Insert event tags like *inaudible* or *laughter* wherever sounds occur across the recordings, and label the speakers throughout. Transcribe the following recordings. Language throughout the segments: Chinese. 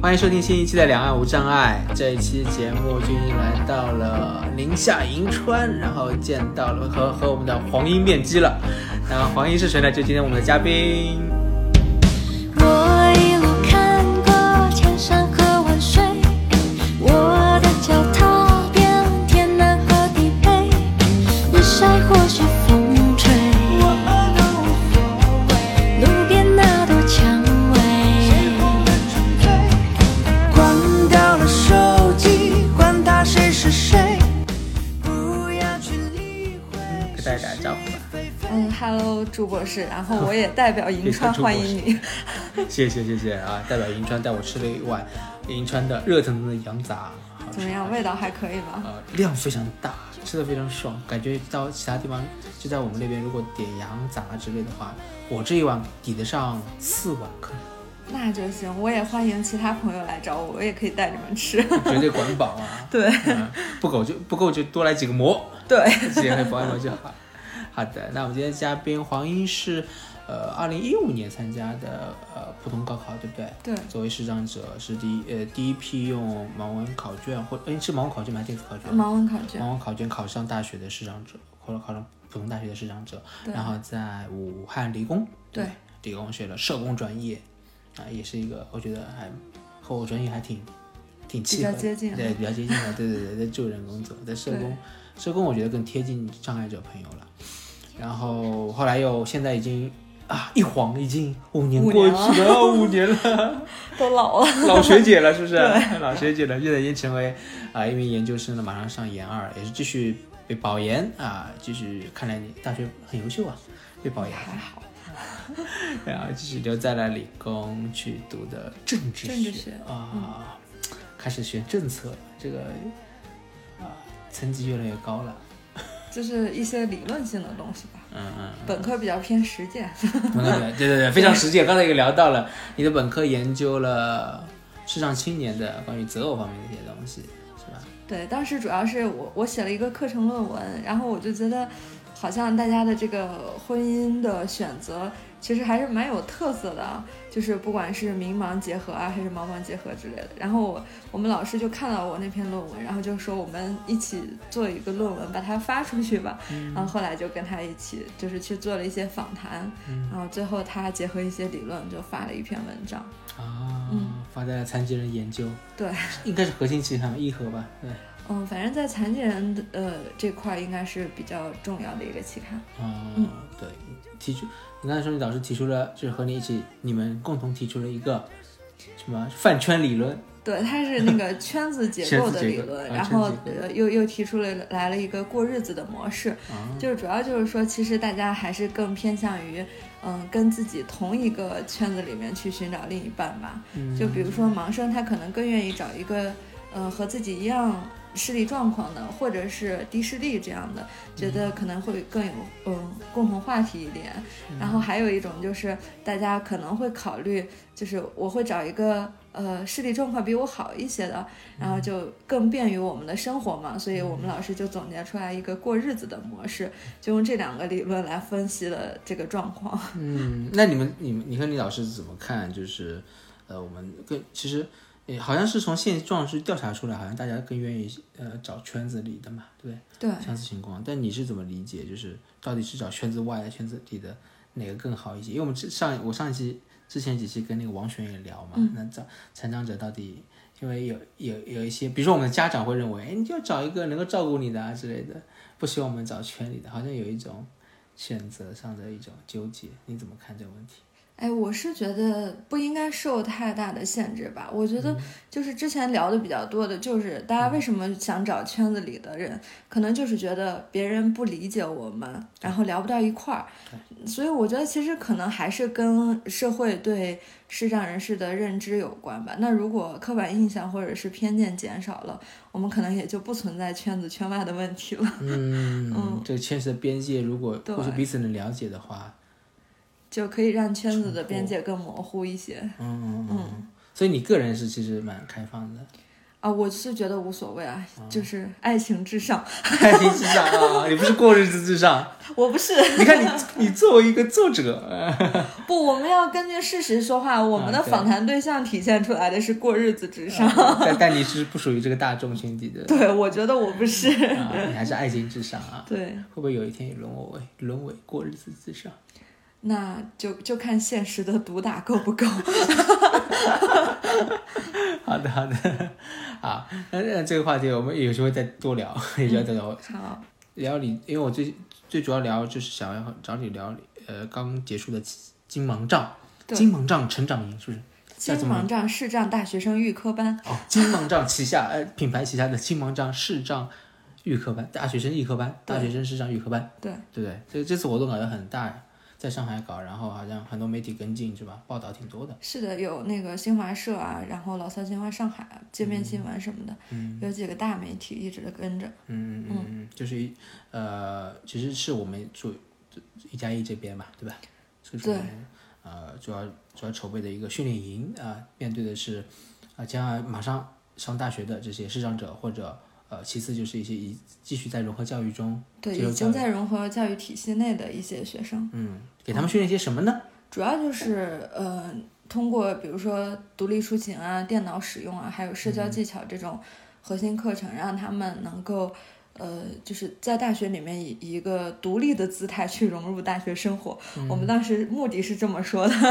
Speaker 1: 欢迎收听新一期的《两岸无障碍》。这一期节目君来到了宁夏银川，然后见到了和和我们的黄英面基了。然后黄英是谁呢？就今天我们的嘉宾。
Speaker 2: 我一路看过千山和万水，我的脚踏遍天南和地北，日晒或是风吹，路边那朵蔷薇。
Speaker 3: 关掉了手机，管他谁是谁，不要去理会。
Speaker 1: 给大家打个招呼吧。
Speaker 4: 嗯，Hello，朱博士，
Speaker 1: *laughs*
Speaker 4: 然后我也代表银
Speaker 1: 也是
Speaker 4: 川
Speaker 1: 朱
Speaker 4: 欢
Speaker 1: 博
Speaker 4: 迎你。 *laughs*
Speaker 1: 谢谢谢谢啊！代表银川带我吃了一碗银川的热腾腾的羊杂，好吃
Speaker 4: 怎么样，味道还可以吧？
Speaker 1: 呃，量非常大，吃的非常爽，感觉到其他地方就在我们那边，如果点羊杂之类的话，我这一碗抵得上四碗，可能
Speaker 4: 那就行，我也欢迎其他朋友来找我，我也可以带你们吃。 *laughs*
Speaker 1: 绝对管饱啊！
Speaker 4: 对
Speaker 1: 嗯不够就不够就多来几个 *laughs* 馍，
Speaker 4: 对，
Speaker 1: 直接可以饱一饱就好。好的，那我们今天嘉宾黄英是，呃，二零一五年参加的呃普通高考，对不对？
Speaker 4: 对
Speaker 1: 作为视障者是第一呃第一批用盲文考卷或哎是盲文考卷吗？还是电子考卷？
Speaker 4: 盲文考卷，
Speaker 1: 盲文考卷考上大学的视障者，或者考上普通大学的视障者，
Speaker 4: 对
Speaker 1: 然后在武汉理工，
Speaker 4: 对，
Speaker 1: 理工学了社工专业，啊、也是一个我觉得还和我专业还挺挺契合的，
Speaker 4: 比较接近啊
Speaker 1: 对，比较接近的，对对对，在救人工作，在社工
Speaker 4: 对，
Speaker 1: 社工我觉得更贴近障碍者朋友了。然后后来又现在已经啊一晃已经五年
Speaker 4: 五
Speaker 1: 过
Speaker 4: 年
Speaker 1: 去了，五年了。
Speaker 4: 都老了。 *laughs*
Speaker 1: 老学姐了，是不是？老学姐了，现在已经成为啊、一名研究生了，马上上研二，也是继续被保研啊，继续看来你大学很优秀啊，被保研，
Speaker 4: 还好，
Speaker 1: *laughs* 然后继续留在了理工去读的政治
Speaker 4: 政治学嗯
Speaker 1: 啊，开始学政策了，这个啊层级越来越高了， *laughs*
Speaker 4: 就是一些理论性的东西吧。
Speaker 1: 嗯嗯。
Speaker 4: 本科比较偏实践，
Speaker 1: 对对对，非常实际。刚才也聊到了，你的本科研究了视障青年的关于择偶方面的一些东西，是吧？
Speaker 4: 对，当时主要是我我写了一个课程论文，然后我就觉得，好像大家的这个婚姻的选择其实还是蛮有特色的啊，就是不管是明盲结合啊，还是盲盲结合之类的。然后我我们老师就看到我那篇论文，然后就说我们一起做一个论文，把它发出去吧。然后后来就跟他一起就是去做了一些访谈，然后最后他结合一些理论就发了一篇文章。
Speaker 1: 啊，
Speaker 4: 嗯
Speaker 1: 发在了残疾人研究，
Speaker 4: 对，
Speaker 1: 应该是核心期刊一核吧？对，
Speaker 4: 嗯，反正在残疾人的呃这块儿应该是比较重要的一个期刊。
Speaker 1: 啊、
Speaker 4: 嗯
Speaker 1: 对，提出你刚才说你导师提出了，就是和你一起，你们共同提出了一个什么饭圈理论，
Speaker 4: 对，它是那个圈
Speaker 1: *laughs*
Speaker 4: 子结构的
Speaker 1: 圈
Speaker 4: 理
Speaker 1: 子结
Speaker 4: 论，
Speaker 1: 构啊
Speaker 4: 然后
Speaker 1: 圈子结构
Speaker 4: 呃又又提出了来了一个过日子的模式，
Speaker 1: 啊
Speaker 4: 就是主要就是说，其实大家还是更偏向于，嗯，跟自己同一个圈子里面去寻找另一半吧。就比如说盲生，他可能更愿意找一个，呃，和自己一样视力状况的，或者是低视力这样的，觉得可能会更有嗯共同话题一点。然后还有一种就是大家可能会考虑，就是我会找一个呃视力状况比我好一些的，然后就更便于我们的生活嘛。所以我们老师就总结出来一个过日子的模式，就用这两个理论来分析了这个状况。
Speaker 1: 嗯，那你们你们你和你老师怎么看？就是呃，我们更其实。也好像是从现状去调查出来，好像大家更愿意呃找圈子里的嘛，对不
Speaker 4: 对，
Speaker 1: 对？相似情况。但你是怎么理解？就是到底是找圈子外的、圈子里的哪个更好一些？因为我们之上我上一期之前几期跟那个王璇也聊嘛，那找成长者到底，因为有有有一些，比如说我们的家长会认为，哎，你就要找一个能够照顾你的啊之类的，不希望我们找圈里的，好像有一种选择上的一种纠结。你怎么看这个问题？
Speaker 4: 哎，我是觉得不应该受太大的限制吧。我觉得就是之前聊的比较多的，就是大家为什么想找圈子里的人，可能就是觉得别人不理解我们，然后聊不到一块儿。所以我觉得其实可能还是跟社会对视障人士的认知有关吧。那如果刻板印象或者是偏见减少了，我们可能也就不存在圈子圈外的问题了。 *laughs*
Speaker 1: 嗯，这个牵涉的边界，如果
Speaker 4: 对
Speaker 1: 不是彼此能了解的话，
Speaker 4: 就可以让圈子的边界更模糊一些。
Speaker 1: 嗯嗯嗯嗯。所以你个人是其实蛮开放的，
Speaker 4: 啊，我是觉得无所谓啊，就是爱情至上。 *laughs*
Speaker 1: *laughs* 爱情至上啊，你不是过日子至上？
Speaker 4: 我
Speaker 1: *laughs*
Speaker 4: 不是，
Speaker 1: 你看
Speaker 4: *laughs*
Speaker 1: 你，你作为一个作者，呃
Speaker 4: 不，我们要根据事实说话。我们的
Speaker 1: 啊对啊
Speaker 4: 访谈对象体现出来的是过日子至上。
Speaker 1: 但但你是不属于这个大众群体的，
Speaker 4: *laughs* 对，我觉得我不是。
Speaker 1: 啊，你还是爱情至上啊。
Speaker 4: *laughs* 对，
Speaker 1: 会不会有一天也沦为沦为过日子至上？
Speaker 4: 那就就看现实的毒打够
Speaker 1: *laughs*
Speaker 4: 不够。
Speaker 1: 好的，好的， *laughs* 好，那那这个话题我们有机会再多聊，
Speaker 4: 嗯
Speaker 1: 有机会再聊
Speaker 4: 好，
Speaker 1: 聊你，因为我最最主要聊就是想要找你聊，呃，刚结束的金金盲杖，
Speaker 4: 对
Speaker 1: 金盲杖成长营是不是？
Speaker 4: 金
Speaker 1: 叫什么
Speaker 4: 盲杖视障大学生预科班，
Speaker 1: 哦，金盲杖旗下呃品牌旗下的金盲杖视障预科班，大学生预科班，
Speaker 4: 对
Speaker 1: 大学生视障预科班，
Speaker 4: 对
Speaker 1: 对不对？这这次活动搞得很大呀，在上海搞，然后好像很多媒体跟进是吧？报道挺多的。
Speaker 4: 是的，有那个新华社啊，然后老三新华上海啊、界面新闻什么的，有几个大媒体一直跟着。
Speaker 1: 嗯嗯嗯，就是一呃，其实是我们主一加一这边嘛，对吧？所以说
Speaker 4: 对
Speaker 1: 呃，主要主要筹备的一个训练营啊、面对的是啊、将来马上上大学的这些视障者，或者呃，其次就是一些已继续在融合教育中
Speaker 4: 对，
Speaker 1: 接受
Speaker 4: 已
Speaker 1: 教育
Speaker 4: 经在融合教育体系内的一些学生，
Speaker 1: 嗯，给他们训练些什么呢？
Speaker 4: 主要就是呃，通过比如说独立出行啊、电脑使用啊，还有社交技巧这种核心课程，让他们能够呃，就是在大学里面以以一个独立的姿态去融入大学生活。我们当时目的是这么说的。 *laughs*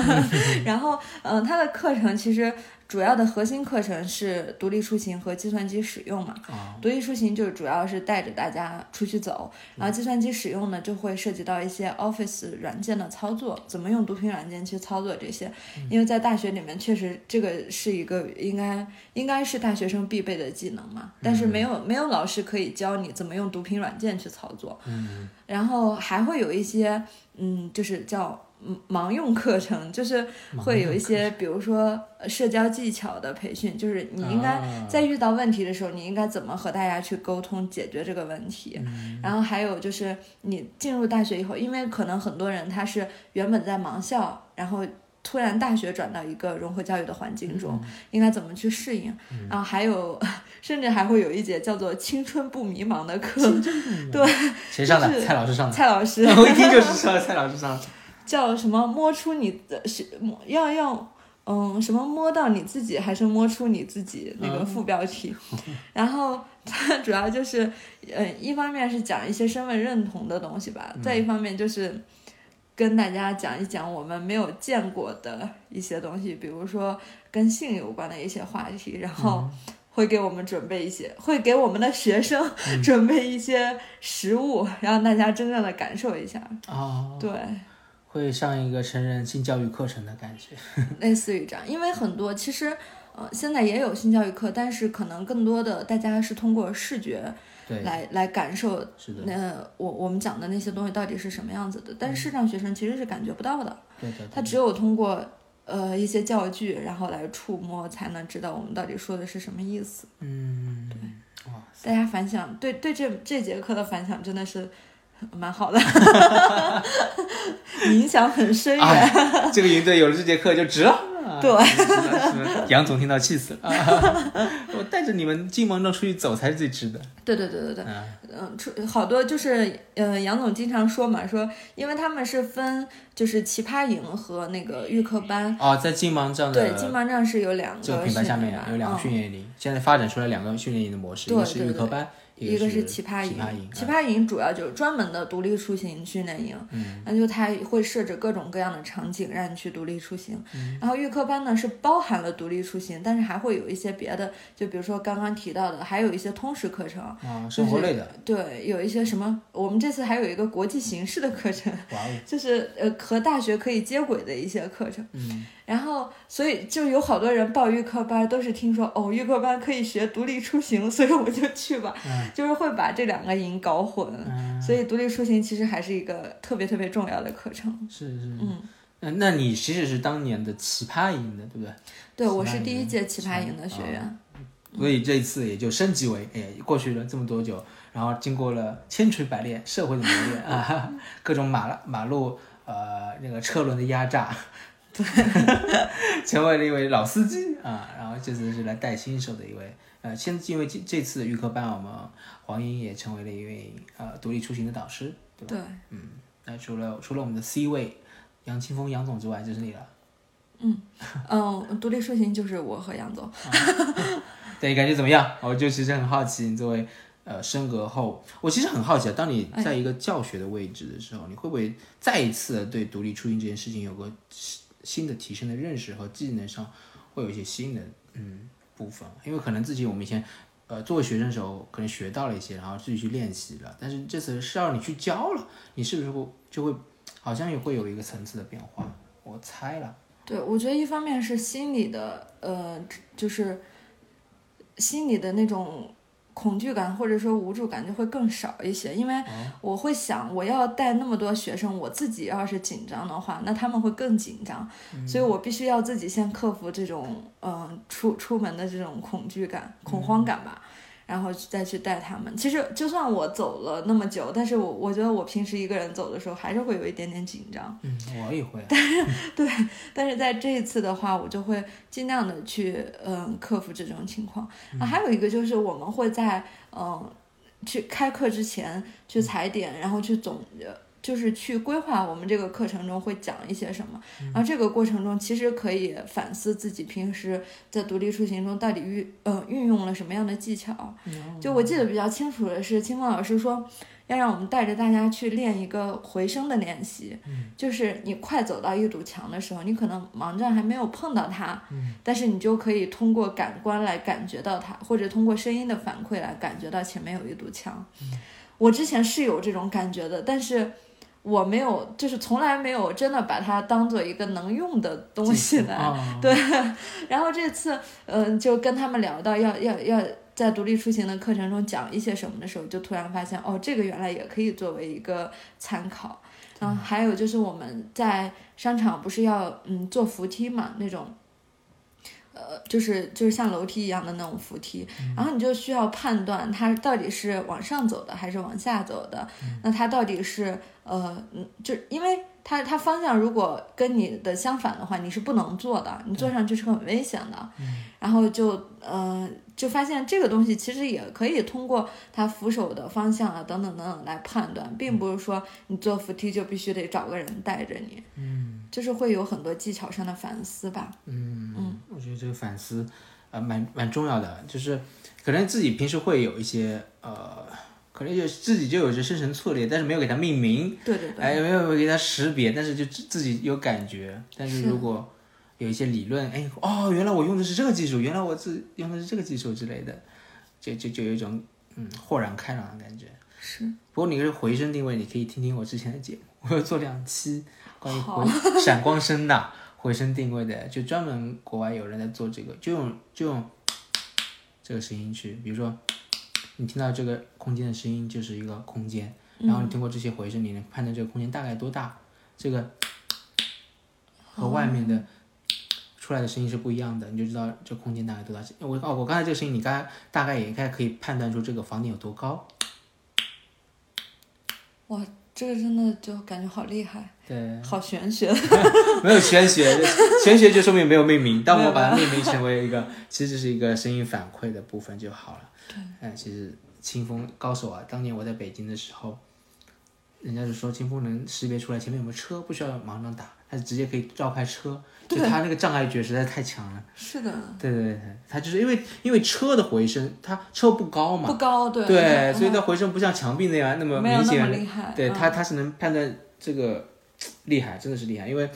Speaker 4: 然后，嗯、呃，它的课程其实主要的核心课程是独立出行和计算机使用嘛。
Speaker 1: 啊、
Speaker 4: 独立出行就是主要是带着大家出去走，然后计算机使用呢就会涉及到一些 Office 软件的操作，怎么用读屏软件去操作这些。
Speaker 1: 嗯
Speaker 4: 因为在大学里面，确实这个是一个应该应该是大学生必备的技能嘛，但是没
Speaker 1: 嗯
Speaker 4: 有没有老师可以教你怎么用读屏软件去操作。
Speaker 1: 嗯，
Speaker 4: 然后还会有一些，嗯，就是叫嗯盲用课程，就是会有一些，比如说呃社交技巧的培训，就是你应该
Speaker 1: 啊
Speaker 4: 在遇到问题的时候，你应该怎么和大家去沟通解决这个问题。
Speaker 1: 嗯
Speaker 4: 然后还有就是你进入大学以后，因为可能很多人他是原本在盲校，然后。突然，大学转到一个融合教育的环境中，应该怎么去适应？然后还有， *laughs* 甚至还会有一节叫做“青春不迷茫”的课，
Speaker 1: 谁上的？
Speaker 4: 就是
Speaker 1: 蔡老师上的。
Speaker 4: 蔡老师
Speaker 1: *laughs* 我一听就是知道蔡老师上的。
Speaker 4: *laughs* 叫什么摸出你的是摸要要嗯什么摸到你自己还是摸出你自己那
Speaker 1: 嗯
Speaker 4: 个副标题， *laughs* 然后它主要就是嗯一方面是讲一些身份认同的东西吧，
Speaker 1: 嗯
Speaker 4: 再一方面就是跟大家讲一讲我们没有见过的一些东西，比如说跟性有关的一些话题，然后。
Speaker 1: 嗯
Speaker 4: 会给我们准备一些，会给我们的学生
Speaker 1: 嗯
Speaker 4: *laughs* 准备一些食物，让大家真正的感受一下。
Speaker 1: 哦，
Speaker 4: 对，
Speaker 1: 会上一个成人性教育课程的感觉。
Speaker 4: *laughs* 类似于这样，因为很多其实，呃，现在也有性教育课，但是可能更多的大家是通过视觉
Speaker 1: 对，
Speaker 4: 来来感受，
Speaker 1: 是的，嗯
Speaker 4: 那我我们讲的那些东西到底是什么样子的，但是视障学生其实是感觉不到的，
Speaker 1: 对对
Speaker 4: 他
Speaker 1: 对。
Speaker 4: 只有通过呃一些教具，然后来触摸，才能知道我们到底说的是什么意思。
Speaker 1: 嗯，哇，
Speaker 4: 大家反响对对这这节课的反响真的是蛮
Speaker 1: *laughs*
Speaker 4: 好的，影响很深远。
Speaker 1: 哎，这个营队有了这节课就值
Speaker 4: *laughs*
Speaker 1: 了。啊
Speaker 4: 对
Speaker 1: 值了，值了杨总听到气死了。 *laughs* 我带着你们进门中出去走才是最值的。
Speaker 4: 对对对对对，
Speaker 1: 嗯
Speaker 4: 嗯，出好多就是，呃，杨总经常说嘛，说因为他们是分就是奇葩营和那个预科班，
Speaker 1: 哦，在金芒这样的
Speaker 4: 对，金盲杖是有两
Speaker 1: 这个
Speaker 4: 个
Speaker 1: 品牌下面啊
Speaker 4: 训练嗯
Speaker 1: 有两个训
Speaker 4: 营，啊
Speaker 1: 练营，现在发展出来两个训练营的模式，一
Speaker 4: 对
Speaker 1: 个是
Speaker 4: 对
Speaker 1: 预科
Speaker 4: 对
Speaker 1: 班，
Speaker 4: 嗯一
Speaker 1: 个
Speaker 4: 个是奇葩
Speaker 1: 奇
Speaker 4: 营
Speaker 1: 葩营，，
Speaker 4: 奇
Speaker 1: 嗯
Speaker 4: 葩营主要就是专门的独立出行训练营，
Speaker 1: 嗯
Speaker 4: 那就它会设置各种各样的场景让你去独立出行，
Speaker 1: 嗯
Speaker 4: 然后预科班呢是包含了独立出行，但是还会有一些别的，就比如说刚刚提到的，还有一些通识课程，
Speaker 1: 啊，生活类的，
Speaker 4: 对，有一些什么，我们这次还有一个国际形势的课程。
Speaker 1: 哇哦，
Speaker 4: 就是呃和大学可以接轨的一些课程，
Speaker 1: 嗯，
Speaker 4: 然后所以就有好多人报预科班，都是听说哦预科班可以学独立出行，所以我就去吧，
Speaker 1: 嗯
Speaker 4: 就是会把这两个营搞混，
Speaker 1: 嗯
Speaker 4: 所以独立出行其实还是一个特别特别重要的课程。
Speaker 1: 是是，
Speaker 4: 嗯，
Speaker 1: 那那你其实是当年的奇葩营的，对不对？
Speaker 4: 对
Speaker 1: 奇葩
Speaker 4: 我是第一
Speaker 1: 营
Speaker 4: 届奇葩营
Speaker 1: 奇葩
Speaker 4: 的
Speaker 1: 营
Speaker 4: 学
Speaker 1: *laughs*
Speaker 4: 员，
Speaker 1: 所以这一次也就升级为，哎，过去了这么多久，然后经过了千锤百炼、 *laughs* 社会的磨练啊，各种马拉马路呃那个车轮的压榨， *laughs* 成为了一位老司机啊，然后这次是来带新手的一位，呃，现因为这这次的预科班，我们黄英也成为了一位呃独立出行的导师，对吧？嗯
Speaker 4: 对，
Speaker 1: 那除了除了我们的 C 位杨清风杨总之外，就是你了。
Speaker 4: 嗯，独立出行就是我和杨总。
Speaker 1: *laughs* 对，感觉怎么样？我就其实很好奇，你作为呃升格后，我其实很好奇啊，当你在一个教学的位置的时候，你会不会再一次地对独立出行这件事情有个新新的提升的认识和技能上会有一些新的嗯部分？因为可能自己我们以前呃作为学生的时候可能学到了一些，然后自己去练习了，但是这次是让你去教了，你是不是会就会好像也会有一个层次的变化？我猜了，
Speaker 4: 对，我觉得一方面是心理的，呃，就是心理的那种恐惧感或者说无助感就会更少一些，因为我会想，我要带那么多学生，我自己要是紧张的话，那他们会更紧张，所以我必须要自己先克服这种，嗯、出出门的这种恐惧感、恐慌感吧。然后再去带他们。其实就算我走了那么久，但是我我觉得我平时一个人走的时候还是会有一点点紧张。
Speaker 1: 嗯，我也会啊，
Speaker 4: 但是在这一次的话，我就会尽量的去嗯克服这种情况。啊，还有一个就是我们会在嗯去开课之前去踩点，然后去总结。就是去规划我们这个课程中会讲一些什么，然后这个过程中其实可以反思自己平时在独立出行中到底运呃运用了什么样的技巧。就我记得比较清楚的是，清风老师说要让我们带着大家去练一个回声的练习，就是你快走到一堵墙的时候，你可能盲杖还没有碰到它，但是你就可以通过感官来感觉到它，或者通过声音的反馈来感觉到前面有一堵墙。我之前是有这种感觉的，但是我没有，就是从来没有真的把它当做一个能用的东西来。
Speaker 1: 啊，
Speaker 4: 对，然后这次嗯、就跟他们聊到要要要在独立出行的课程中讲一些什么的时候，就突然发现哦，这个原来也可以作为一个参考。然后还有就是我们在商场不是要嗯坐扶梯嘛那种。呃，就是就是像楼梯一样的那种扶梯，然后你就需要判断它到底是往上走的还是往下走的，那它到底是呃，嗯就因为它它方向如果跟你的相反的话，你是不能坐的，你坐上去是很危险的。然后就呃，就发现这个东西其实也可以通过它扶手的方向啊等等等等来判断，并不是说你坐扶梯就必须得找个人带着你，嗯，就是会有很多技巧上的反思吧。
Speaker 1: 嗯，我觉得这个反思，呃，蛮蛮重要的，就是可能自己平时会有一些呃，可能就自己就有些生成错列，但是没有给它命名，
Speaker 4: 对对对，
Speaker 1: 哎，没有给它识别，但是就自自己有感觉。但是
Speaker 4: 是
Speaker 1: 如果有一些理论，哎，哦，原来我用的是这个技术，原来我自用的是这个技术之类的，就就就有一种嗯豁然开朗的感觉。
Speaker 4: 是
Speaker 1: 不过你是回声定位，你可以听听我之前的节目，我有做两期关于回 *laughs* 闪光声的回声定位的，就专门国外有人在做这个，就用就用这个声音去，比如说你听到这个空间的声音就是一个空间，然后你通过这些回声，你能判断这个空间大概多大，这个和外面的。出来的声音是不一样的，你就知道这空间大概多大。我哦，我刚才这个声音，你刚才大概也应该可以判断出这个房顶有多高，
Speaker 4: 哇，这个真的就感觉好厉害，
Speaker 1: 对，
Speaker 4: 好玄学。
Speaker 1: *laughs* 没有玄学，玄学就说明没有命名。但我把它命名成为一个，其实是一个声音反馈的部分就好了。对，嗯，其实清风高手啊，当年我在北京的时候，人家就说清风能识别出来前面有没有车，不需要盲杖打，他直接可以绕开车。就他那个障碍觉实在太强了。
Speaker 4: 是的，
Speaker 1: 对对对，他就是因为因为车的回声，它车不高嘛，
Speaker 4: 不高，对
Speaker 1: 对，
Speaker 4: 嗯
Speaker 1: 所以它回声不像墙壁那样那么
Speaker 4: 没有
Speaker 1: 明
Speaker 4: 那么
Speaker 1: 显，
Speaker 4: 厉害。
Speaker 1: 对
Speaker 4: 嗯
Speaker 1: 他，他是能判断这个厉害，真的是厉害。因为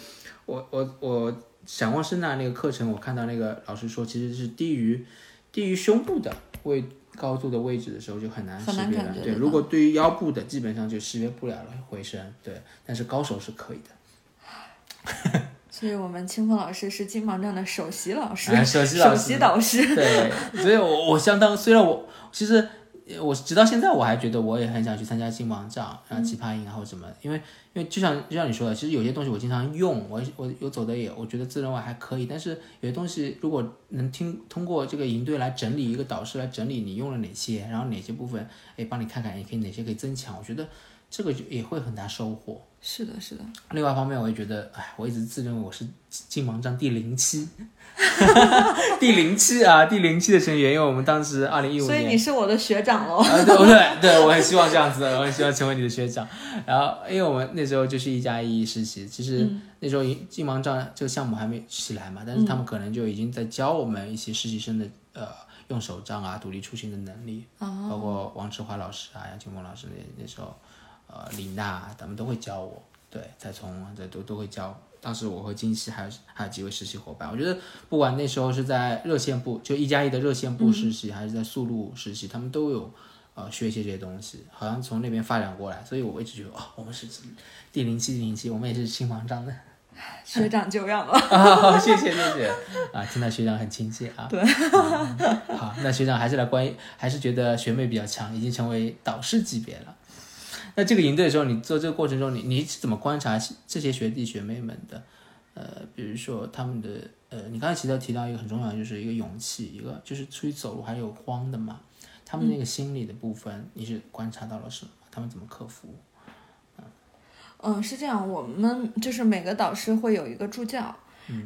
Speaker 1: 我我我闪光声呐那个课程，我看到那个老师说，其实是低于低于胸部的位高度的位置的时候就很难识
Speaker 4: 很难
Speaker 1: 别
Speaker 4: 感
Speaker 1: 了
Speaker 4: 觉。嗯
Speaker 1: 对，
Speaker 4: 得
Speaker 1: 如
Speaker 4: 到
Speaker 1: 果对于腰部的，基本上就识别不了了回声。对，但是高手是可以的。
Speaker 4: 所以我们清风老师是金盲站的首席老师，
Speaker 1: 哎首席老师
Speaker 4: 首席导师。
Speaker 1: 对，所以我我相当，虽然我其实呃我直到现在我还觉得我也很想去参加金盲杖，然后奇葩营啊或者什么，因为因为就像就像你说的，其实有些东西我经常用，我我我走的也我觉得自认为还可以，但是有些东西如果能听通过这个营队来整理一个导师来整理你用了哪些，然后哪些部分哎帮你看看，也可以哪些可以增强，我觉得这个就也会很大收获。
Speaker 4: 是的，是的，
Speaker 1: 另外一方面，我也觉得，哎，我一直自认为我是金盲杖第零期， *laughs* 第零期啊，第零期的成员，因为我们当时二零一五
Speaker 4: 所以
Speaker 1: 年
Speaker 4: 你，是我的学
Speaker 1: *laughs*
Speaker 4: 长喽。
Speaker 1: 啊，对对对，我很希望这样子，我很希望成为你的学长。然后，因为我们那时候就是一加一实习，其实那时候金盲杖这个项目还没起来嘛，但是他们可能就已经在教我们一些实习生的呃用手杖啊、独立出行的能力，包括王志华老师啊、杨庆萌老师那那时候，呃，李娜啊他们都会教我，对，蔡从这都都会教。当时我和金熙还有还有几位实习伙伴，我觉得不管那时候是在热线部，就一加一的热线部实习，还是在速录实习，他们都有呃学一些这些东西，好像从那边发展过来，所以我一直觉得哦，我们是第零期第零期，我们也是青盲杖的。
Speaker 4: 学长就让了。 *laughs*
Speaker 1: 啊，谢谢谢谢啊，听到学长很亲切啊。对、嗯好，那学长还是来关，还是觉得学妹比较强，已经成为导师级别了。那这个营队的时候，你做这个过程中，你你是怎么观察这些学弟学妹们的？呃，比如说他们的呃，你刚才提到提到一个很重要的，就是一个勇气，一个就是出去走路还有慌的嘛。他
Speaker 4: 嗯
Speaker 1: 们那个心理的部分，你是观察到了什么？他们怎么克服？
Speaker 4: 嗯，是这样，我们就是每个导师会有一个助教，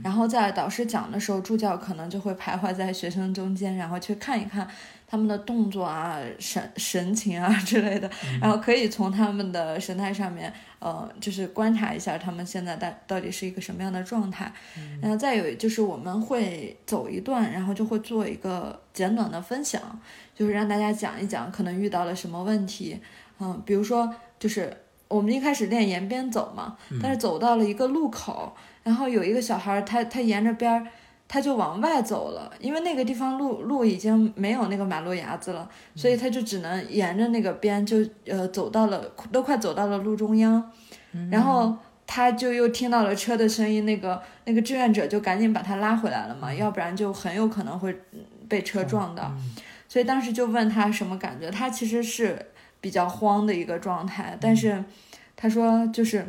Speaker 4: 然后在导师讲的时候，助教可能就会徘徊在学生中间，然后去看一看他们的动作啊、神神情啊之类的， *laughs* 然后可以从他们的神态上面，呃，就是观察一下他们现在到到底是一个什么样的状态。然后再有就是我们会走一段，然后就会做一个简短的分享，就是让大家讲一讲可能遇到了什么问题，嗯、比如说就是。我们一开始练沿边走嘛，但是走到了一个路口，然后有一个小孩儿，他他沿着边儿，他就往外走了，因为那个地方路路已经没有那个马路牙子了，所以他就只能沿着那个边就呃走到了，都快走到了路中央，然后他就又听到了车的声音，那个那个志愿者就赶紧把他拉回来了嘛，要不然就很有可能会嗯被车嗯撞到，所以当时就问他什么感觉，他其实是比较慌的一个状态，但是。他说就是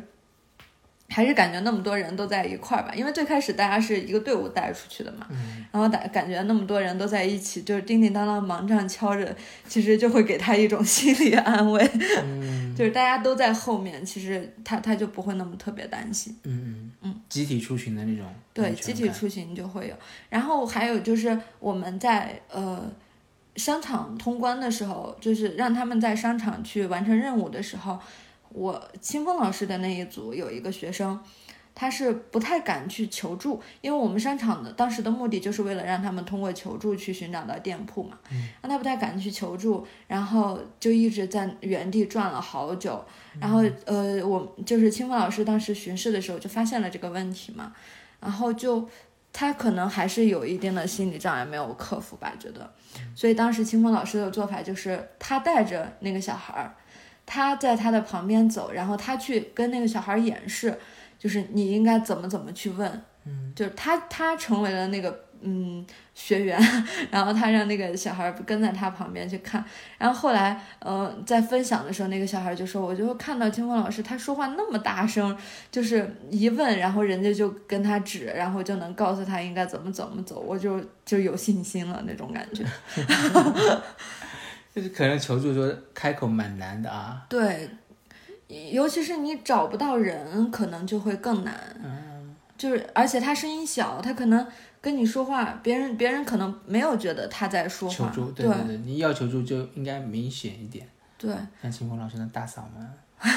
Speaker 4: 还是感觉那么多人都在一块儿吧，因为最开始大家是一个队伍带出去的嘛，然后感感觉那么多人都在一起，就是叮叮当当忙这样敲着，其实就会给他一种 *laughs* 心理安慰，就是大家都在后面，其实他他就不会那么特别担心。
Speaker 1: 嗯嗯嗯，集体出行的那种
Speaker 4: 对，
Speaker 1: 安全
Speaker 4: 集体
Speaker 1: 感
Speaker 4: 出行就会有。然后还有就是我们在呃商场通关的时候，就是让他们在商场去完成任务的时候，我清风老师的那一组有一个学生。他是不太敢去求助，因为我们商场的当时的目的就是为了让他们通过求助去寻找到店铺嘛。
Speaker 1: 嗯
Speaker 4: 让他不太敢去求助，然后就一直在原地转了好久。
Speaker 1: 嗯
Speaker 4: 然后呃，我就是清风老师当时巡视的时候就发现了这个问题嘛，然后就他可能还是有一定的心理障碍没有克服吧，觉得，所以当时清风老师的做法就是他带着那个小孩儿，他在他的旁边走，然后他去跟那个小孩儿演示，就是你应该怎么怎么去问，嗯，就是他他成为了那个嗯学员， *laughs* 然后他让那个小孩儿跟在他旁边去看，然后后来呃在分享的时候，那个小孩儿就说，我就看到清风老师他说话那么大声，就是一问，然后人家就跟他指，然后就能告诉他应该怎么怎么走，我就就有信心了那种感 *laughs* 觉。
Speaker 1: 就是可能求助说开口蛮难的啊。
Speaker 4: 对，尤其是你找不到人，可能就会更难。嗯就是，而且他声音小，他可能跟你说话，别人别人可能没有觉得他在说
Speaker 1: 求
Speaker 4: 话。
Speaker 1: 助，
Speaker 4: 对
Speaker 1: 对对，你要求助就应该明显一点，
Speaker 4: 对
Speaker 1: 像清风老师那大嗓门，啊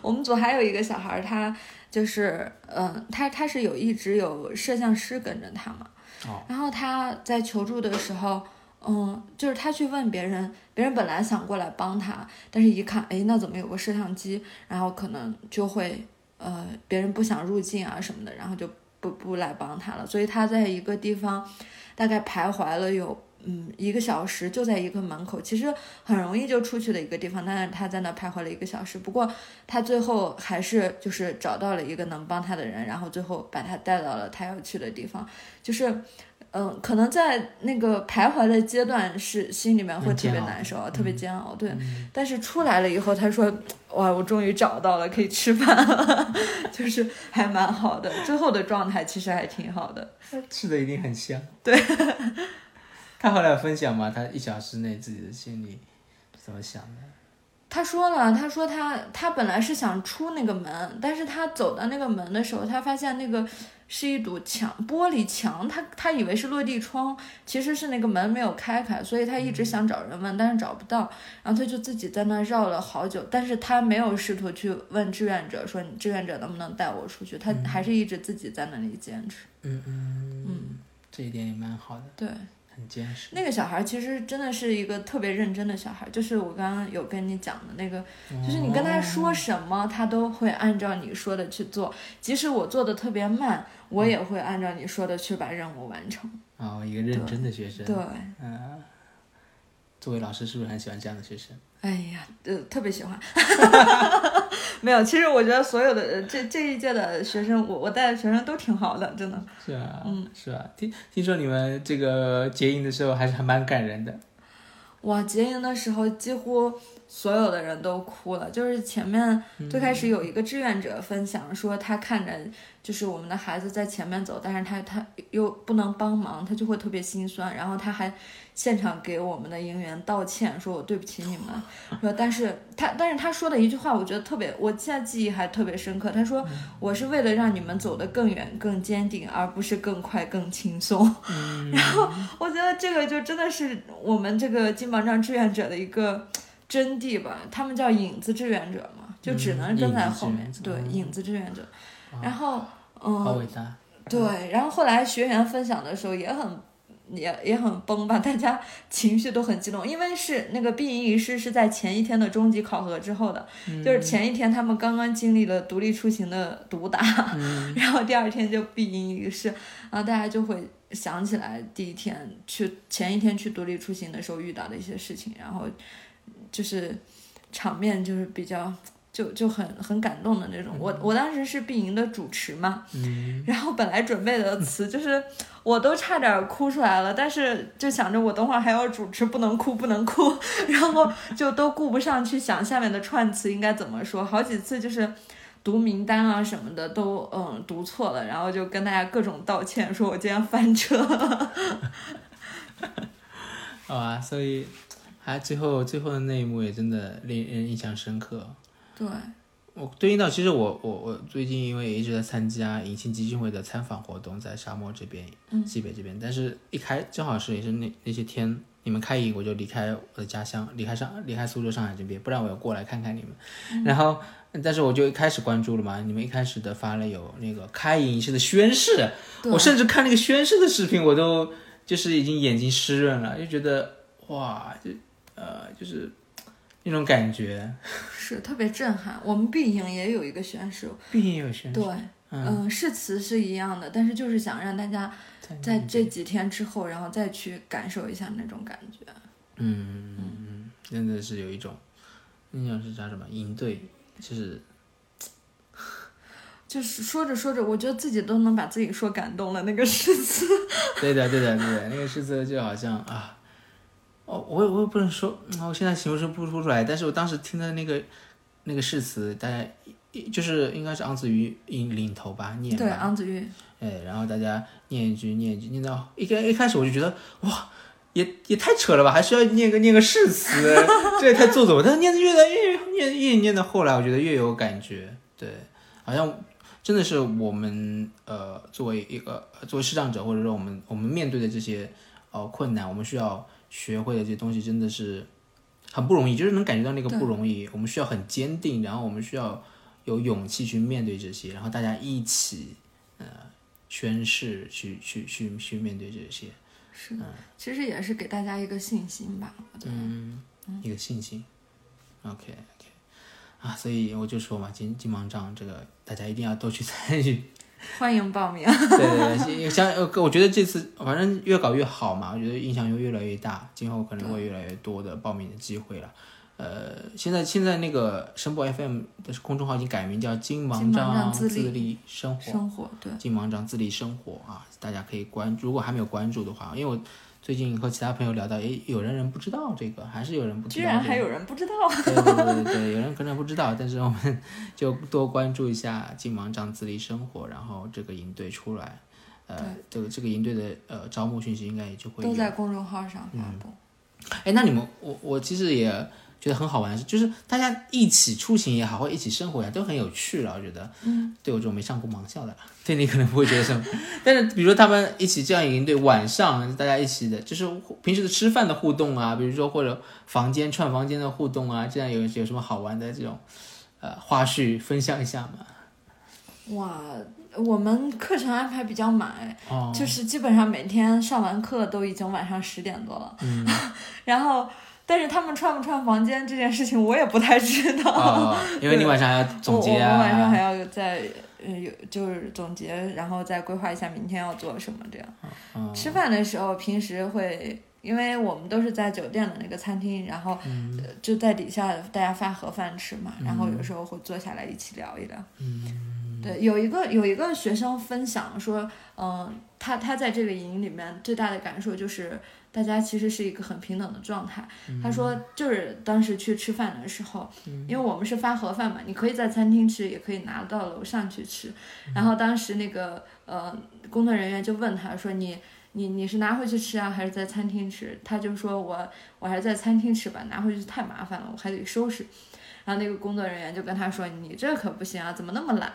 Speaker 4: 我们组还有一个小孩儿，他就是，嗯，他他是有一直有摄像师跟着他嘛，
Speaker 1: 哦
Speaker 4: 然后他在求助的时候，嗯，就是他去问别人，别人本来想过来帮他，但是一看，哎，那怎么有个摄像机？然后可能就会，呃，别人不想入境啊什么的，然后就不不来帮他了，所以他在一个地方大概徘徊了有。嗯，一个小时就在一个门口，其实很容易就出去的一个地方，但是他在那徘徊了一个小时。不过他最后还是就是找到了一个能帮他的人，然后最后把他带到了他要去的地方。就是，嗯，可能在那个徘徊的阶段是心里面会
Speaker 1: 很
Speaker 4: 特别
Speaker 1: 煎熬嗯
Speaker 4: 难受，特别煎熬。对，但是出来了以后，他说：“哇，我终于找到了，可以吃饭了。” *laughs* 就是还蛮好的，最后的状态其实还挺好的。
Speaker 1: 吃的一定很
Speaker 4: *laughs*
Speaker 1: 香。 *laughs* 对，他后来有分享嘛，他一小时内自己的心里是怎么想的？
Speaker 4: 他说了，他说他他本来是想出那个门，但是他走到那个门的时候，他发现那个是一堵墙，玻璃墙，他他以为是落地窗，其实是那个门没有开开，所以他一直想找人问，但是找不到，然后他就自己在那绕了好久，但是他没有试图去问志愿者说你志愿者能不能带我出去，他还是一直自己在那里坚持，
Speaker 1: 嗯嗯嗯，这一点也蛮好的，
Speaker 4: 对。
Speaker 1: 很坚实。
Speaker 4: 那个小孩其实真的是一个特别认真的小孩，就是我刚刚有跟你讲的那个，就是你跟他说什么，他都会按照你说的去做，即使我做的特别慢，我也会按照你说的去把任务完成。
Speaker 1: 哦，一个认真的学生。
Speaker 4: 对，
Speaker 1: 嗯、作为老师是不是很喜欢这样的学生？
Speaker 4: 哎呀，呃，特别喜欢。没有，其实我觉得所有的呃这这一届的学生，我我带的学生都挺好的，真的。
Speaker 1: 是啊，嗯，是啊。听听说你们这个结营的时候还是还蛮感人的。
Speaker 4: 哇，结营的时候几乎所有的人都哭了，就是前面最开始有一个志愿者分享说，他看着就是我们的孩子在前面走，但是他他又不能帮忙，他就会特别心酸，然后他还现场给我们的营员道歉，说我对不起你们，说但是他但是他说的一句话，我觉得特别，我现在记忆还特别深刻，他
Speaker 1: 嗯
Speaker 4: 说我是为了让你们走得更远、更坚定，而不是更快、更轻松。
Speaker 1: 嗯
Speaker 4: *laughs* 我觉得这个就真的是我们这个金榜站志愿者的一个真谛吧，他们叫影子志愿者嘛，就只能跟在后面
Speaker 1: 嗯影。子志
Speaker 4: 对
Speaker 1: 愿者，嗯
Speaker 4: 影子志愿者。然后，嗯，
Speaker 1: 好伟大。
Speaker 4: 对，然后后来学员分享的时候也很。也也很崩吧， *laughs* 大家情绪都很激动，因为是那个毕营仪式是在前一天的中级考核之后的，就是前一天他们刚刚经历了独立出行的毒打， *laughs* 然后第二天就毕营仪式，然后大家就会想起来第一天去前一天去独立出行的时候遇到的一些事情，然后就是场面就是比较就就很很感动的那种。我我当时是毕营的主持嘛，然后本来准备的词就是我都差点哭出来了，但是就想着我等会儿还要主持，不能哭不能哭， *laughs* 然后就都顾不上去想下面的串词应该怎么说，好几次就是。读名单啊什么的都嗯读错了，然后就跟大家各种道歉，说我今天翻车。 *laughs*
Speaker 1: 好啊，所以还最后最后的那一幕也真的令人印象深刻。
Speaker 4: 对，
Speaker 1: 我对应到，其实我我我最近因为也一直在参加银杏基金会的参访活动，在沙漠这边，西北这边，但是一开正好是也是那那些天你们开营，我就离开我的家乡，离开上离开苏州、上海这边，不然我要过来看看你们。 *laughs* 然后，但是我就开始关注了嘛，你们一开始的发了有那个开营仪式的宣誓，我甚至看那个宣誓的视频，我都就是已经眼睛湿润了，就觉得哇，就呃就是那种感觉，
Speaker 4: 是特别震撼。我们毕营也有一个宣誓，
Speaker 1: 毕竟也有宣誓
Speaker 4: 对，。嗯，誓词是一样的，但是就是想让大家在这几天之后，然后再去感受一下那种感觉。
Speaker 1: 嗯，真的是有一种，那种是叫什么应对，就是
Speaker 4: 就是说着说着，我觉得自己都能把自己说感动了。那个诗词，
Speaker 1: 对的，对的，对的，那个诗词就好像啊，哦，我也我也不能说，嗯我现在形容不出来，但是我当时听的那个那个誓词，大家一就是应该是昂子瑜领领头吧念
Speaker 4: 对，
Speaker 1: 吧，
Speaker 4: 昂子玉，
Speaker 1: 哎，然后大家念一句念一句，念到一开一开始我就觉得哇。也也太扯了吧，还需要念个念个誓词， *laughs* 这也太做作了。但是念的越来越念越念到后来，我觉得越有感觉，对，好像真的是我们呃作为一个呃作为视障者，或者说我们我们面对的这些呃困难，我们需要学会的这些东西真的是很不容易，就是能感觉到那个不容易。我们需要很坚定，然后我们需要有勇气去面对这些，然后大家一起呃宣誓去去去去面对这些，
Speaker 4: 是的，其实也是给大家一个信心吧。我觉得，
Speaker 1: 嗯，一个信心。OK OK，啊，所以我就说嘛，金金盲杖这个大家一定要多去参与。 *laughs*
Speaker 4: 欢迎报名。
Speaker 1: 对对对，像呃我觉得这次反正越搞越好嘛，我觉得印象又越来越大，今后可能会越来越多的报名的机会了。呃，现在现在那个声波 FM 的公众号已经改名叫“金盲
Speaker 4: 金盲
Speaker 1: 杖
Speaker 4: 杖自立
Speaker 1: 立生活”，
Speaker 4: 生活，对，
Speaker 1: 金盲杖自立生活啊，大家可以关注。如果还没有关注的话，因为我最近和其他朋友聊到，诶，有人人不知道这个，还是有人不知
Speaker 4: 居
Speaker 1: 道、
Speaker 4: 然还有人不知道。
Speaker 1: 对对对对对，有人可能不知道，但是我们就多关注一下金盲杖自立生活，然后这个营队出来，呃，这个这个营队的呃招募信息应该也就会嗯
Speaker 4: 都
Speaker 1: 有。
Speaker 4: 在公众号上发布。
Speaker 1: 哎，那你们我我其实也觉得很好玩的事，就是大家一起出行也好，或一起生活呀，都很有趣了。我觉得，嗯，对我这种没上过盲校的，对你可能不会觉得什么。 *laughs* 但是比如说他们一起这样营队，晚上大家一起的，就是平时的吃饭的互动啊，比如说或者房间串房间的互动啊，这样有有什么好玩的这种呃花絮分享一下吗？
Speaker 4: 哇，我们课程安排比较满，哎 *laughs*
Speaker 1: 哦，
Speaker 4: 就是基本上每天上完课都已经晚上十点多了，
Speaker 1: 嗯
Speaker 4: *laughs* 然后但是他们串不串房间这件事情我也不太知道，
Speaker 1: 哦，因为你晚上还要总结啊，
Speaker 4: 我我们晚上还要再呃有就是总结，然后再规划一下明天要做什么这样。
Speaker 1: 嗯
Speaker 4: 吃饭的时候，平时会。因为我们都是在酒店的那个餐厅，然后
Speaker 1: 嗯
Speaker 4: 呃就在底下大家发盒饭吃嘛，然后有时候会坐下来一起聊一聊。
Speaker 1: 嗯
Speaker 4: 对，有一个有一个学生分享说，嗯、他他在这个营里面最大的感受就是，大家其实是一个很平等的状态。
Speaker 1: 嗯
Speaker 4: 他说，就是当时去吃饭的时候，因为我们是发盒饭嘛，你可以在餐厅吃，也可以拿到楼上去吃。然后当时那个呃工作人员就问他说你。你你是拿回去吃啊，还是在餐厅吃？他就说我我还是在餐厅吃吧，拿回去太麻烦了，我还得收拾。然后那个工作人员就跟他说：“你这可不行啊，怎么那么懒？”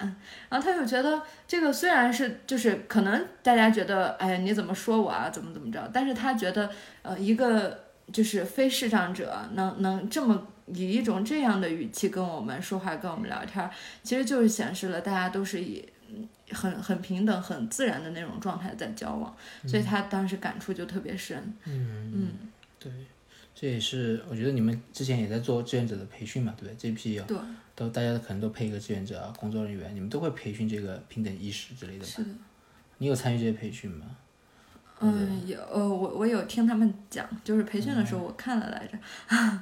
Speaker 4: 然后他就觉得这个虽然是就是可能大家觉得哎呀你怎么说我啊怎么怎么着，但是他觉得呃一个就是非视障者能能这么以一种这样的语气跟我们说话跟我们聊天儿，其实就是显示了大家都是以嗯很很平等很自然的那种状态在交往，所以他当时感触就特别深。
Speaker 1: 对，这也是我觉得你们之前也在做志愿者的培训嘛，对不对？这批有
Speaker 4: 对，
Speaker 1: 都大家可能都配一个志愿者啊，工作人员，你们都会培训这个平等意识之类的吧？
Speaker 4: 是的。
Speaker 1: 你有参与这些培训吗？
Speaker 4: 嗯，有呃我我有听他们讲，就是培训的时候我看了来着。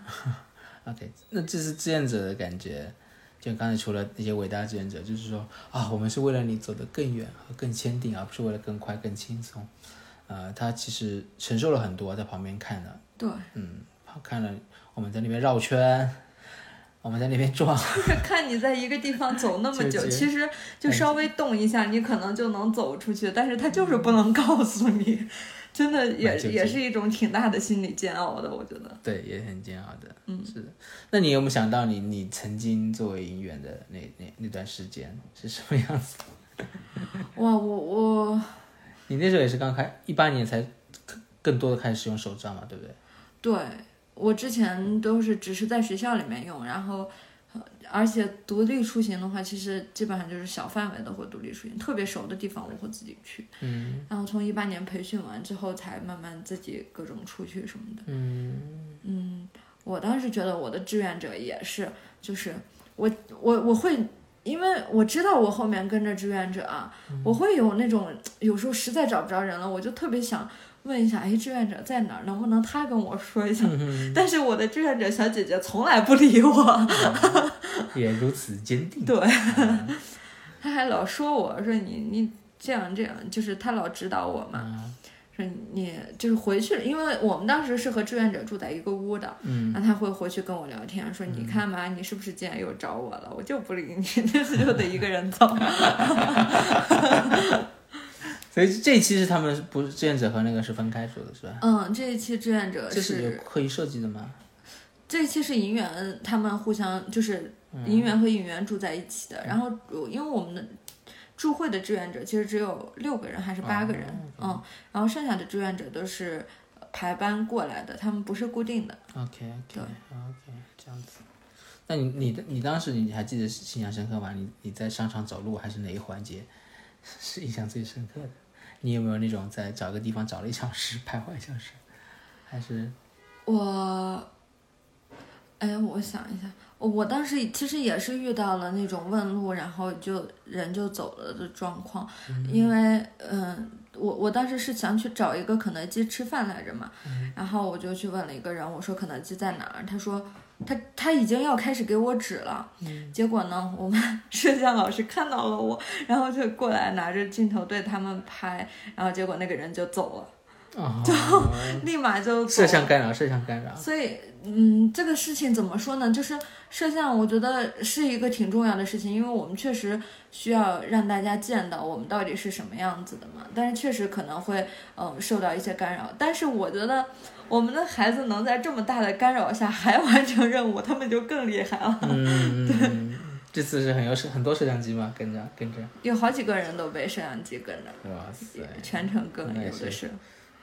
Speaker 1: OK，那这是志愿者的感觉。就刚才除了那些伟大志愿者，就是说啊，我们是为了你走得更远和更坚定，而不是为了更快、更轻松。呃，他其实承受了很多，在旁边看的，
Speaker 4: 对，
Speaker 1: 嗯，看了我们在那边绕圈，我们在那边 *laughs* 撞，
Speaker 4: 就是 *laughs* 看你在一个地方走那么
Speaker 1: 就
Speaker 4: 久，
Speaker 1: 就
Speaker 4: 其实就
Speaker 1: 嗯
Speaker 4: 稍微动一下，你可能就能走出去，但是他就是不能告诉你，真的也
Speaker 1: 蛮纠结
Speaker 4: 也是一种挺大的心理煎熬的，我觉得。
Speaker 1: 对，也很煎熬的。嗯，是的。那你有没有想到你你曾经作为银员的那那那段时间是什么样子？ *laughs*
Speaker 4: 哇，我我
Speaker 1: 你那时候也是刚开一八年才更更多的开始使用手杖嘛，对不对？
Speaker 4: 对我之前都是只是在学校里面用，然后。呃而且独立出行的话，其实基本上就是小范围的会独立出行，特别熟的地方我会自己去。
Speaker 1: 嗯
Speaker 4: 然后从一八年培训完之后，才慢慢自己各种出去什么的。
Speaker 1: 嗯
Speaker 4: 嗯，我当时觉得我的志愿者也是，就是我我我会，因为我知道我后面跟着志愿者啊，
Speaker 1: 嗯
Speaker 4: 我会有那种有时候实在找不着人了，我就特别想问一下，哎，志愿者在哪儿？能不能他跟我说
Speaker 1: 嗯
Speaker 4: 一下？ *laughs* 但是我的志愿者小姐姐从来不
Speaker 1: *laughs*
Speaker 4: 理我，
Speaker 1: 也如此坚定。
Speaker 4: 对，
Speaker 1: 嗯
Speaker 4: *laughs* 她还老说我说你你这样这样，就是她老指导我嘛。
Speaker 1: 啊，
Speaker 4: 说你就是回去了，因为我们当时是和志愿者住在一个屋的，
Speaker 1: 嗯
Speaker 4: 然后他会回去跟我聊天，说你看嘛，你是不是今天又找我了？我就不理你， *laughs* 这次又得一个人走。
Speaker 1: *laughs* 所以这一期是他们是不是志愿者和那个是分开做的，是吧？
Speaker 4: 嗯，这一期志愿者
Speaker 1: 这
Speaker 4: 是
Speaker 1: 呃是有刻意设计的吗？
Speaker 4: 这一期是银元他们互相就是银元和银元住在一起的，然后我因为我们的助会的志愿者其实只有六个人还是八个人，嗯，然后剩下的志愿者都是呃排班过来的，他们不是固定的。
Speaker 1: OK OK
Speaker 4: 对
Speaker 1: OK，这样子。那你你的你当时你还记得印象深刻吗？你你在商场走路还是哪一环节是印象最深刻的？你有没有那种在找个地方找了一小时徘徊一小时，还是
Speaker 4: 我，哎，我想一下，我当时其实也是遇到了那种问路，然后就人就走了的状况，因为嗯。我我当时是想去找一个肯德基吃饭来着嘛，然后我就去问了一个人，我说肯德基在哪儿？他说他他已经要开始给我指了，结果呢，我们 *laughs* 摄像老师看到了我，然后就过来拿着镜头对他们拍，然后结果那个人就走了，
Speaker 1: 啊、
Speaker 4: 立马就
Speaker 1: *laughs*
Speaker 4: 走
Speaker 1: 摄
Speaker 4: 了
Speaker 1: 像干扰？摄像干扰？
Speaker 4: 所以嗯，这个事情怎么说呢？就是摄像，我觉得是一个挺重要的事情，因为我们确实需要让大家见到我们到底是什么样子的嘛。但是确实可能会嗯受到一些干扰，但是我觉得我们的孩子能在这么大的干扰下还完成任务，他们就更厉害了。
Speaker 1: 嗯，嗯这次是很有摄很多摄像机吗？跟着跟着，
Speaker 4: 有好几个人都被摄像机跟着，
Speaker 1: 哇塞，
Speaker 4: 全程跟，
Speaker 1: 那也
Speaker 4: 有的
Speaker 1: 是
Speaker 4: 是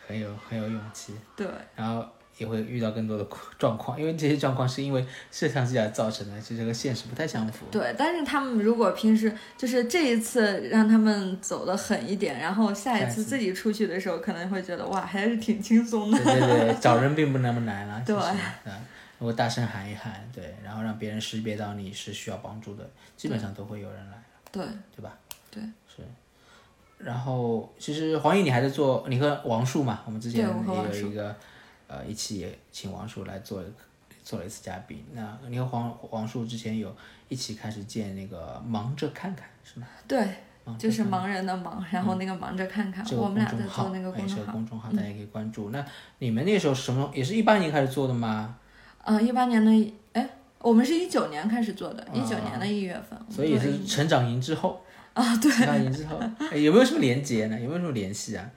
Speaker 1: 很有很有勇气。
Speaker 4: 对。
Speaker 1: 然后也会遇到更多的状况，因为这些状况是因为摄像机而造成的，就这个现实不太相符。
Speaker 4: 对，但是他们如果平时就是这一次让他们走的狠一点，然后下
Speaker 1: 下
Speaker 4: 一
Speaker 1: 一
Speaker 4: 次
Speaker 1: 次
Speaker 4: 自己出去的时候，可能会觉得哇，还是挺轻松的。
Speaker 1: 对对对，找人并不那么难
Speaker 4: *laughs*
Speaker 1: 了。
Speaker 4: 对
Speaker 1: 其实对，如果大声喊一喊，对，然后让别人识别到你是需要帮助的，基本上都会有人来，
Speaker 4: 对，
Speaker 1: 对吧？
Speaker 4: 对，
Speaker 1: 是。然后其实黄奕，你还在做，你和王树嘛，我们之前
Speaker 4: 对我和王
Speaker 1: 也
Speaker 4: 树
Speaker 1: 有一个，呃，一起也请王树来做一个做了一次嘉宾。那你和黄王树之前有一起开始建那个忙着看看是吗？
Speaker 4: *laughs* 对，
Speaker 1: 忙着
Speaker 4: 就是
Speaker 1: 看看
Speaker 4: 盲人的盲，然后那个忙着看看，
Speaker 1: 这个
Speaker 4: 我
Speaker 1: 公
Speaker 4: 们俩
Speaker 1: 众
Speaker 4: 在
Speaker 1: 号，
Speaker 4: 做那个
Speaker 1: 哎
Speaker 4: 公
Speaker 1: 是
Speaker 4: 众
Speaker 1: 个
Speaker 4: 号。嗯
Speaker 1: 公众号，大家可以关注。那你们那时候什么也是一八年开始做的吗？
Speaker 4: 嗯，一八年的，哎，我们是一九年开始做的，一九
Speaker 1: 啊
Speaker 4: 年的一月份，我们
Speaker 1: 所以也
Speaker 4: 做了
Speaker 1: 是
Speaker 4: 一
Speaker 1: 成长营之后，
Speaker 4: 啊，对，
Speaker 1: 成长营之后、哎有没有什么连接呢？有没有什么联系啊？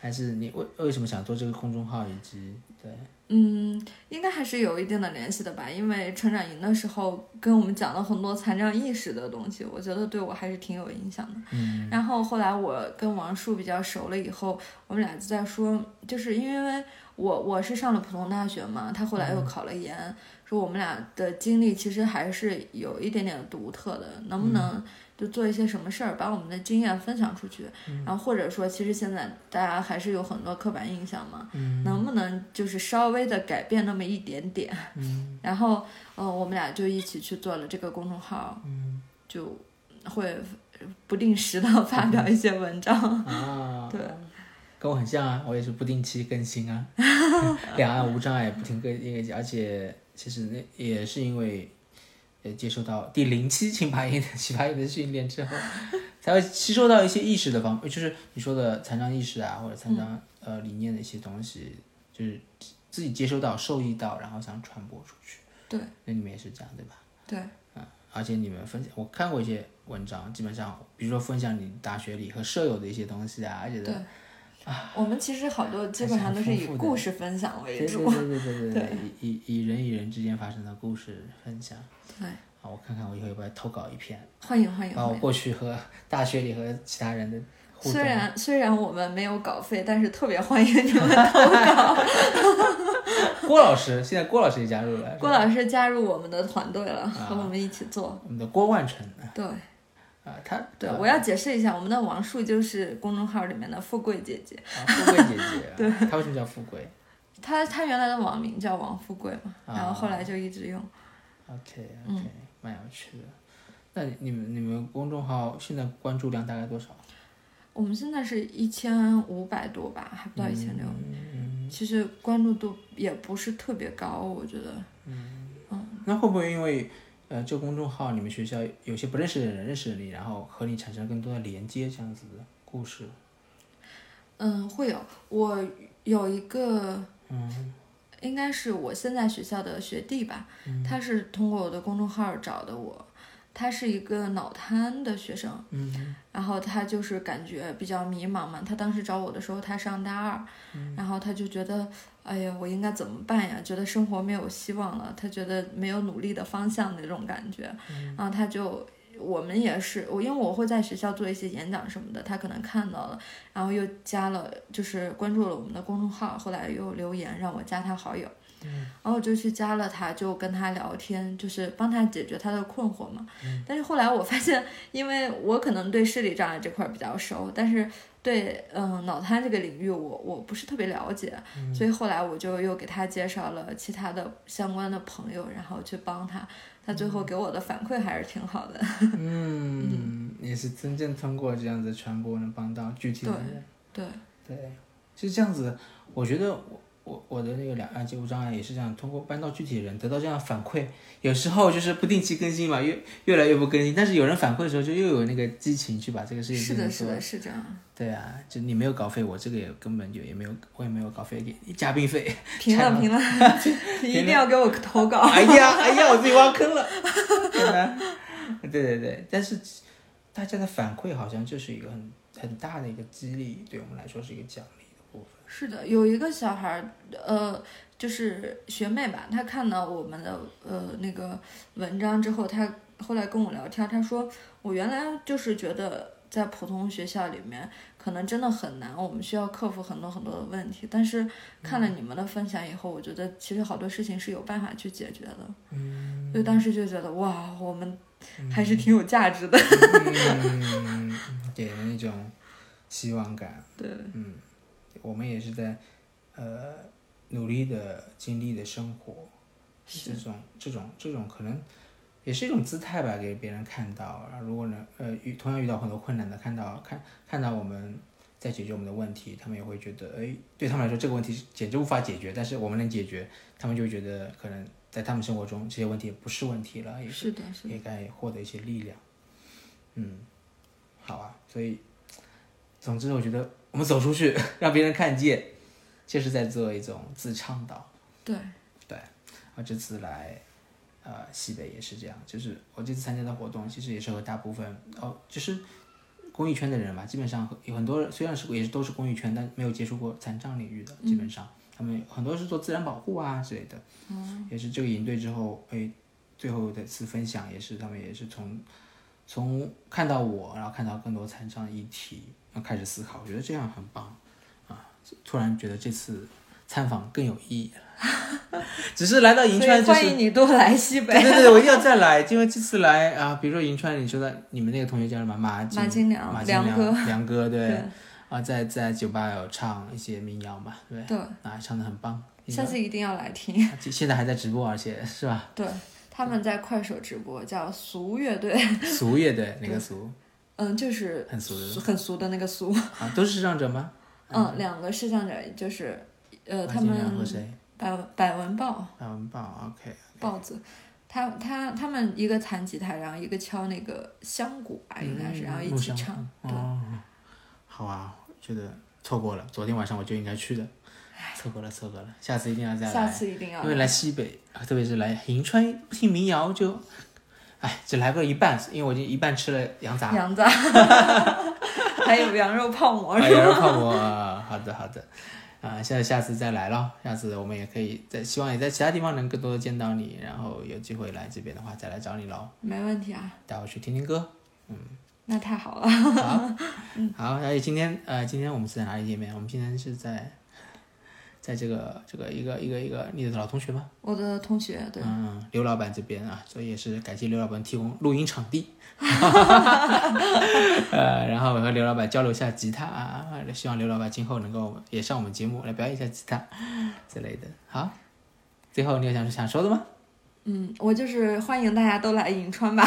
Speaker 1: 还是你为为什么想做这个公众号，以及对
Speaker 4: 嗯，应该还是有一定的联系的吧，因为成长营的时候跟我们讲了很多残障意识的东西，我觉得对我还是挺有影响的。嗯，然后后来我跟王树比较熟了以后，我们俩就在说，就是因为我我是上了普通大学嘛，他后来又考了研，说我们俩的经历其实还是有一点点独特的，能不能就做一些什么事儿，把我们的经验分享出去？然后或者说，其实现在大家还是有很多刻板印象嘛，
Speaker 1: 嗯
Speaker 4: 能不能就是稍微的改变那么一点点？
Speaker 1: 嗯
Speaker 4: 然后，呃，我们俩就一起去做了这个公众号，
Speaker 1: 嗯
Speaker 4: 就会不定时的发表一些文章。
Speaker 1: 啊？
Speaker 4: 对，
Speaker 1: 跟我很像啊，我也是不定期更新
Speaker 4: *laughs*
Speaker 1: 啊，两岸无障碍不停更那个，而且其实那也是因为，呃，接受到第零期请八音的奇葩音的训练之后， *laughs* 才会吸收到一些意识的方，就是你说的残障意识啊，或者残障、
Speaker 4: 嗯
Speaker 1: 呃理念的一些东西，就是自己接收到、受益到，然后想传播出去。
Speaker 4: 对，
Speaker 1: 那你们也是这样对吧？啊
Speaker 4: 对，
Speaker 1: 而且你们分享，我看过一些文章，基本上比如说分享你大学里和舍友的一些东西啊，而且的
Speaker 4: 对我们其实好多基本上都是以故事分享为
Speaker 1: 对对
Speaker 4: 主。
Speaker 1: 对对对对，以以以人与人之间发生的故事分享。
Speaker 4: 对，
Speaker 1: 啊，我看看我以后要不要投稿一篇，
Speaker 4: 欢迎欢迎
Speaker 1: 把我
Speaker 4: 欢迎。
Speaker 1: 过去和大学里和其他人的啊互
Speaker 4: 虽
Speaker 1: 动。
Speaker 4: 然虽然我们没有稿费，但是特别欢迎
Speaker 1: *laughs*
Speaker 4: 你们。
Speaker 1: 郭老师，现在郭老师也加入了。
Speaker 4: 郭
Speaker 1: 师，
Speaker 4: 老师加入我们的团队
Speaker 1: 啊
Speaker 4: 了，和我们一起做。
Speaker 1: 我们的郭万成
Speaker 4: 对
Speaker 1: 啊，他
Speaker 4: 对，
Speaker 1: 啊
Speaker 4: 我要解释一下，我们的王树就是公众号里面的富贵姐姐。
Speaker 1: 啊富贵姐
Speaker 4: *laughs*
Speaker 1: 姐，对，他为什么叫富贵
Speaker 4: 他他原来的网名叫王富贵嘛，
Speaker 1: 啊
Speaker 4: 然后后来就一直用。
Speaker 1: ？OK
Speaker 4: 嗯
Speaker 1: OK，蛮有趣的。那你们你们公众号现在关注量大概多少？
Speaker 4: 我们现在是一千五百多吧，还不到一千六。其实关注度也不是特别高，我觉得。
Speaker 1: 那会不会因为呃这个公众号你们学校有些不认识的人认识你，然后和你产生更多的连接这样子的故事？ *laughs*
Speaker 4: 嗯，会有。我有一个，
Speaker 1: 嗯
Speaker 4: 应该是我现在学校的学弟吧，
Speaker 1: 嗯
Speaker 4: 他是通过我的公众号找的我。他是一个脑瘫的学生，
Speaker 1: 嗯
Speaker 4: 然后他就是感觉比较迷茫嘛。他当时找我的时候，他上大二，
Speaker 1: 嗯
Speaker 4: 然后他就觉得，哎呀，我应该怎么办呀？觉得生活没有希望了，他觉得没有努力的方向那种感觉。
Speaker 1: 嗯
Speaker 4: 然后他就，我们也是，我因为我会在学校做一些演讲什么的，他可能看到了，然后又加了，就是关注了我们的公众号，后来又留言让我加他好友。
Speaker 1: 嗯
Speaker 4: 然后我就去加了他，就跟他聊天，就是帮他解决他的困惑嘛。
Speaker 1: 嗯
Speaker 4: 但是后来我发现，因为我可能对视力障碍这块儿比较熟，但是对嗯脑瘫这个领域我我不是特别了解，
Speaker 1: 嗯
Speaker 4: 所以后来我就又给他介绍了其他的相关的朋友，然后去帮他。他最后给我的反馈还是挺好的，
Speaker 1: 嗯，也是真正通过这样子传播能帮到具体的人。
Speaker 4: 对，
Speaker 1: 对，其实这样子，我觉得我我我的那个两岸结构障碍也是这样，通过搬到具体人得到这样反馈，有时候就是不定期更新嘛，越越来越不更新，但是有人反馈的时候，就又有那个激情去把这个事情
Speaker 4: 是
Speaker 1: 真
Speaker 4: 的，
Speaker 1: 做
Speaker 4: 是的，是这样。
Speaker 1: 对啊，就你没有稿费，我这个也根本就也没有，我也没有稿费给你嘉宾费。
Speaker 4: 评
Speaker 1: 拆
Speaker 4: 了
Speaker 1: 了
Speaker 4: 评了，
Speaker 1: *laughs*
Speaker 4: 一定要给我投稿。
Speaker 1: 哎呀，哎呀，我自己挖坑了。 *laughs* 天哪对对对，但是大家的反馈好像就是一个很很大的一个激励，对我们来说是一个奖励的部分。
Speaker 4: 是的，有一个小孩儿，呃，就是学妹吧，她看到我们的呃那个文章之后，她后来跟我聊天，她说我原来就是觉得在普通学校里面可能真的很难，我们需要克服很多很多的问题，但是看了你们的分享以后，我觉得其实好多事情是有办法去解决的。嗯，所以当时就觉得哇，我们还是挺有价值的。
Speaker 1: 嗯，给人一种希望感。
Speaker 4: 对，
Speaker 1: 嗯，我们也是在呃努力的经历的生活，这种这种这种可能也是一种姿态吧，给别人看到。然后如果能呃遇同样遇到很多困难的，看到看看到我们。在解决我们的问题，他们也会觉得，哎，对他们来说这个问题是简直无法解决，但是我们能解决，他们就会觉得可能在他们生活中这些问题也不是问题了，也
Speaker 4: 是的，是的，
Speaker 1: 也该获得一些力量。嗯，好啊，所以，总之我觉得我们走出去，让别人看见，就是在做一种自倡导。
Speaker 4: 对，
Speaker 1: 啊，这次来，呃，西北也是这样，就是我这次参加的活动，其实也是和大部分哦，就是公益圈的人嘛，基本上和有很多人虽然是也是都是公益圈，但没有接触过残障领域的，
Speaker 4: 嗯
Speaker 1: 基本上、他们很多是做自然保护啊之类的。
Speaker 4: 嗯
Speaker 1: 也是这个营队之后，哎，最后的一次分享也是他们也是从从看到我，然后看到更多残障议题，然后开始思考，我觉得这样很棒啊！突然觉得这次参访更有意义了， *laughs* 只是来到银
Speaker 4: 所
Speaker 1: 川
Speaker 4: 以
Speaker 1: 就
Speaker 4: 欢
Speaker 1: 是
Speaker 4: 迎你多来西 *laughs* 北。
Speaker 1: 对对对，我一定要再来，因为这次来啊，比如说银川，你说的你们那个同学叫什么？马
Speaker 4: 马金良
Speaker 1: 马金良
Speaker 4: 梁哥
Speaker 1: 梁哥对，
Speaker 4: 对
Speaker 1: 啊，在在酒吧有唱一些民谣嘛，对，
Speaker 4: 对
Speaker 1: 啊，唱的很棒。
Speaker 4: 下次一定要来听。
Speaker 1: 啊现在还在直播，而且是
Speaker 4: *laughs*
Speaker 1: 吧？
Speaker 4: 对，他们在快手直播叫俗乐队，
Speaker 1: 俗乐队哪个俗
Speaker 4: 嗯，就是
Speaker 1: 很俗的
Speaker 4: 很俗的那个俗。
Speaker 1: 啊？都是视障者吗？
Speaker 4: 嗯，两个视障者就是，呃，
Speaker 1: 马
Speaker 4: 他
Speaker 1: 金良和
Speaker 4: 们哦
Speaker 1: 谁？
Speaker 4: 百百文豹
Speaker 1: 马文豹，OK，
Speaker 4: 豹子，他他他们一个弹吉他，然后一个敲那个香鼓吧，应该是，然后一
Speaker 1: 嗯木
Speaker 4: 起
Speaker 1: 香
Speaker 4: 唱。对，
Speaker 1: 哦，好啊，觉得错过了，昨天晚上我就应该去的，错过了，错过了，下次一定要再来。
Speaker 4: 下次一定要
Speaker 1: 因为来西北，啊特别是来银川听民谣就，哎，只来过一半，因为我已经一半吃了羊
Speaker 4: *laughs*
Speaker 1: 杂，*laughs*
Speaker 4: 羊杂，还有羊肉泡馍
Speaker 1: 哎
Speaker 4: 是
Speaker 1: 羊
Speaker 4: 吧？
Speaker 1: 肉泡馍。好的好的，啊、下下次再来咯，下次我们也可以在，希望也在其他地方能更多的见到你，然后有机会来这边的话再来找你咯，
Speaker 4: 没问题啊，
Speaker 1: 带我去听听歌。
Speaker 4: 那太好了。
Speaker 1: 好，嗯好，而且今天呃，今天我们是在哪里见面？我们今天是在，在这个这个一个一个一个你的老同学吗？
Speaker 4: 我的同学，对，
Speaker 1: 嗯，刘老板这边啊，所以也是感谢刘老板提供录音场地， *laughs* 呃，然后我和刘老板交流一下吉他啊，希望刘老板今后能够也上我们节目来表演一下吉他之类的。好，最后你有想想说的吗？
Speaker 4: 嗯，我就是欢迎大家都来银
Speaker 1: *laughs*
Speaker 4: 川吧，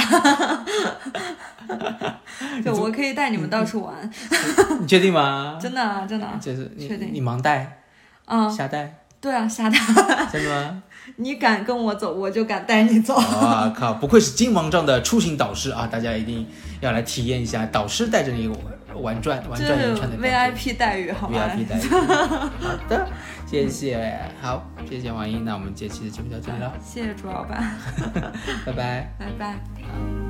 Speaker 4: 就我可以带你们到处玩，
Speaker 1: 你确定嗯吗？
Speaker 4: 真的啊，真的啊，
Speaker 1: 就是你
Speaker 4: 确定
Speaker 1: 你盲带
Speaker 4: 啊、
Speaker 1: 瞎带，
Speaker 4: 对啊，傻蛋，
Speaker 1: 真的吗？
Speaker 4: *laughs* 你敢跟我走，我就敢带
Speaker 1: *laughs*
Speaker 4: 你走。
Speaker 1: 哇啊靠！不愧是金王杖的出行导师啊，大家一定要来体验一下，导师带着你玩转玩
Speaker 4: 这
Speaker 1: 转
Speaker 4: 是
Speaker 1: 银川的感觉。
Speaker 4: VIP 待遇，好吗？
Speaker 1: VIP 待遇。好的，谢谢，好，谢谢王英，那我们这期的节目到这里了，
Speaker 4: 谢谢朱老板，
Speaker 1: 拜拜。
Speaker 4: 拜拜。
Speaker 1: 好